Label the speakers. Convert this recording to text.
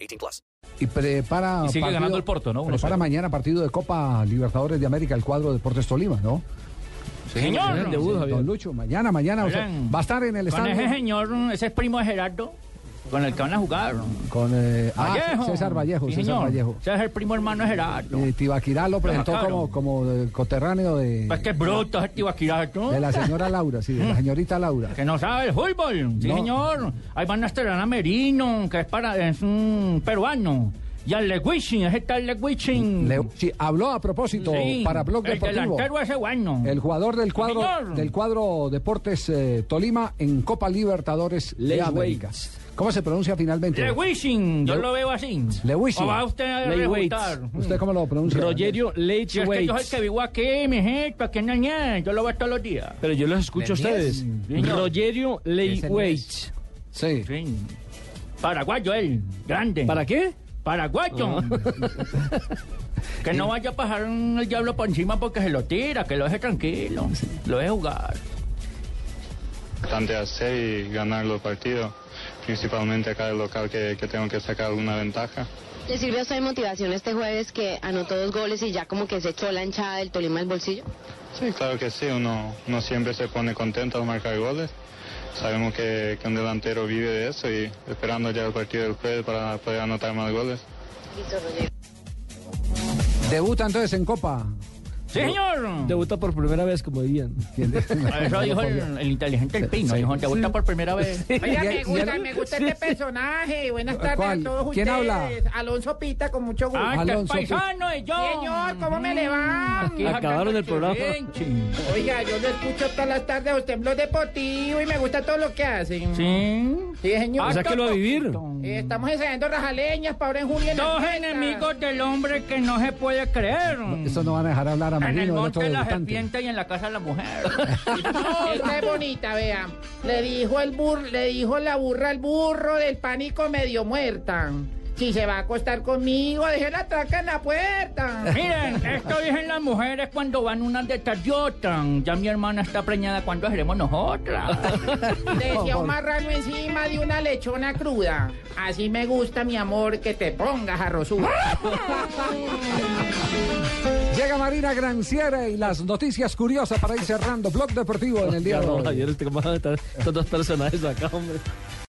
Speaker 1: 18 plus.
Speaker 2: Y prepara.
Speaker 3: Y sigue ganando el Porto, ¿no? 1-0.
Speaker 2: Prepara mañana partido de Copa Libertadores de América el cuadro Deportes Tolima, ¿no?
Speaker 3: Señor,
Speaker 2: Sí, Don Lucho, mañana, mañana. o sea,
Speaker 3: Oigan,
Speaker 2: va a estar en el
Speaker 3: con
Speaker 2: estadio.
Speaker 3: ese señor, ese es primo de Gerardo, con el que van a jugar.
Speaker 2: Con eh, ah, César Vallejo.
Speaker 3: Sí,
Speaker 2: César
Speaker 3: señor.
Speaker 2: Vallejo.
Speaker 3: Ese es el primo hermano de Gerardo.
Speaker 2: Eh, Tibaquirá lo presentó como,
Speaker 3: sacaron.
Speaker 2: como eh, coterráneo de,
Speaker 3: Pues que bruto ese tibaquirato.
Speaker 2: de la señora Laura, sí, de la señorita Laura.
Speaker 3: Que no sabe el fútbol. Sí,
Speaker 2: No.
Speaker 3: señor. Ahí van a estar a Merino, que es, para, es un peruano. Y al Leguichin, ese tal Leguichin.
Speaker 2: Le- sí, habló a propósito
Speaker 3: Sí,
Speaker 2: para Blog
Speaker 3: el
Speaker 2: Deportivo.
Speaker 3: delantero ese bueno.
Speaker 2: El jugador del cuadro
Speaker 3: Señor.
Speaker 2: del cuadro Deportes eh, Tolima en Copa Libertadores de
Speaker 4: Les
Speaker 2: América. ¿Cómo se pronuncia finalmente?
Speaker 3: Leguichin, yo
Speaker 2: Le-
Speaker 3: lo veo así.
Speaker 2: Leguichin.
Speaker 3: O va usted a
Speaker 4: Leguichin.
Speaker 3: refutar.
Speaker 2: ¿Usted cómo lo pronuncia?
Speaker 4: Rogerio
Speaker 3: Yo es que yo soy el que
Speaker 4: Leitchwaite.
Speaker 3: vivo aquí, mi gente, aquí en Nañez. Yo lo veo todos los días.
Speaker 4: Pero yo los escucho a ustedes.
Speaker 3: Señor.
Speaker 4: Rogerio Leitchwaite.
Speaker 2: Sí.
Speaker 3: Sí. Paraguayo él, grande.
Speaker 4: ¿Para qué? Ah.
Speaker 3: Paraguayo. que no vaya a pasar un- el diablo por encima porque se lo tira, que lo deje tranquilo. Lo deje jugar.
Speaker 5: bastante hacer y ganar los partidos, principalmente acá el local que, que tengo que sacar alguna ventaja.
Speaker 6: ¿Le sirvió esta motivación este jueves que anotó dos goles y ya como que se echó la hinchada del Tolima al bolsillo?
Speaker 5: Sí, claro que sí, uno, uno siempre se pone contento al marcar goles. Sabemos que, que un delantero vive de eso y esperando ya el partido del jueves para poder anotar más goles.
Speaker 2: Debuta entonces en Copa.
Speaker 3: ¡Sí, señor!
Speaker 4: Debuta por primera vez, como dirían.
Speaker 3: Eso dijo el, el inteligente el pino. Dijo, te gusta por primera vez.
Speaker 7: Oiga,
Speaker 2: Y-
Speaker 7: me
Speaker 2: y
Speaker 7: gusta,
Speaker 2: el-
Speaker 7: me gusta este personaje. Buenas tardes
Speaker 2: ¿Cuál?
Speaker 7: a todos
Speaker 2: ¿Quién
Speaker 7: ustedes.
Speaker 2: habla?
Speaker 7: Alonso Pita, con mucho gusto.
Speaker 3: ¡Ah, que es
Speaker 2: Alonso,
Speaker 3: paisano y yo!
Speaker 7: Señor, ¿cómo me le va?
Speaker 3: Aquí
Speaker 4: Acabaron el programa.
Speaker 3: excelente.
Speaker 7: Oiga, yo lo escucho todas las tardes a usted en Blog Deportivo y me gusta todo lo que hacen.
Speaker 3: Sí.
Speaker 7: Sí, señor.
Speaker 4: O sea que lo va a vivir.
Speaker 7: Eh, estamos ensayando rajaleñas para ahora en junio. en la
Speaker 3: Dos
Speaker 7: fiesta.
Speaker 3: enemigos del hombre que no se puede creer.
Speaker 4: Ah.
Speaker 3: Mm.
Speaker 2: Eso no van a dejar hablar a
Speaker 3: En el
Speaker 2: Marino, el
Speaker 3: monte
Speaker 2: otro
Speaker 3: de la
Speaker 2: debutante.
Speaker 3: serpiente y en la casa de la mujer.
Speaker 7: Esta es bonita, vea. Le dijo el bur, le dijo la burra al burro del pánico medio muerta. Si se va a acostar conmigo, deje la traca en la puerta.
Speaker 3: Miren, esto dicen las mujeres cuando van unas de tarjota. Ya mi hermana está preñada cuando seremos nosotras.
Speaker 7: Decía un marrano encima de una lechona cruda. Así me gusta, mi amor, que te pongas a
Speaker 2: Llega Marina Granciera y las noticias curiosas para ir cerrando Blog Deportivo en el día
Speaker 4: Ya
Speaker 2: de
Speaker 4: no,
Speaker 2: hoy.
Speaker 4: Javier, ¿cómo van a estar estos dos personajes acá, hombre?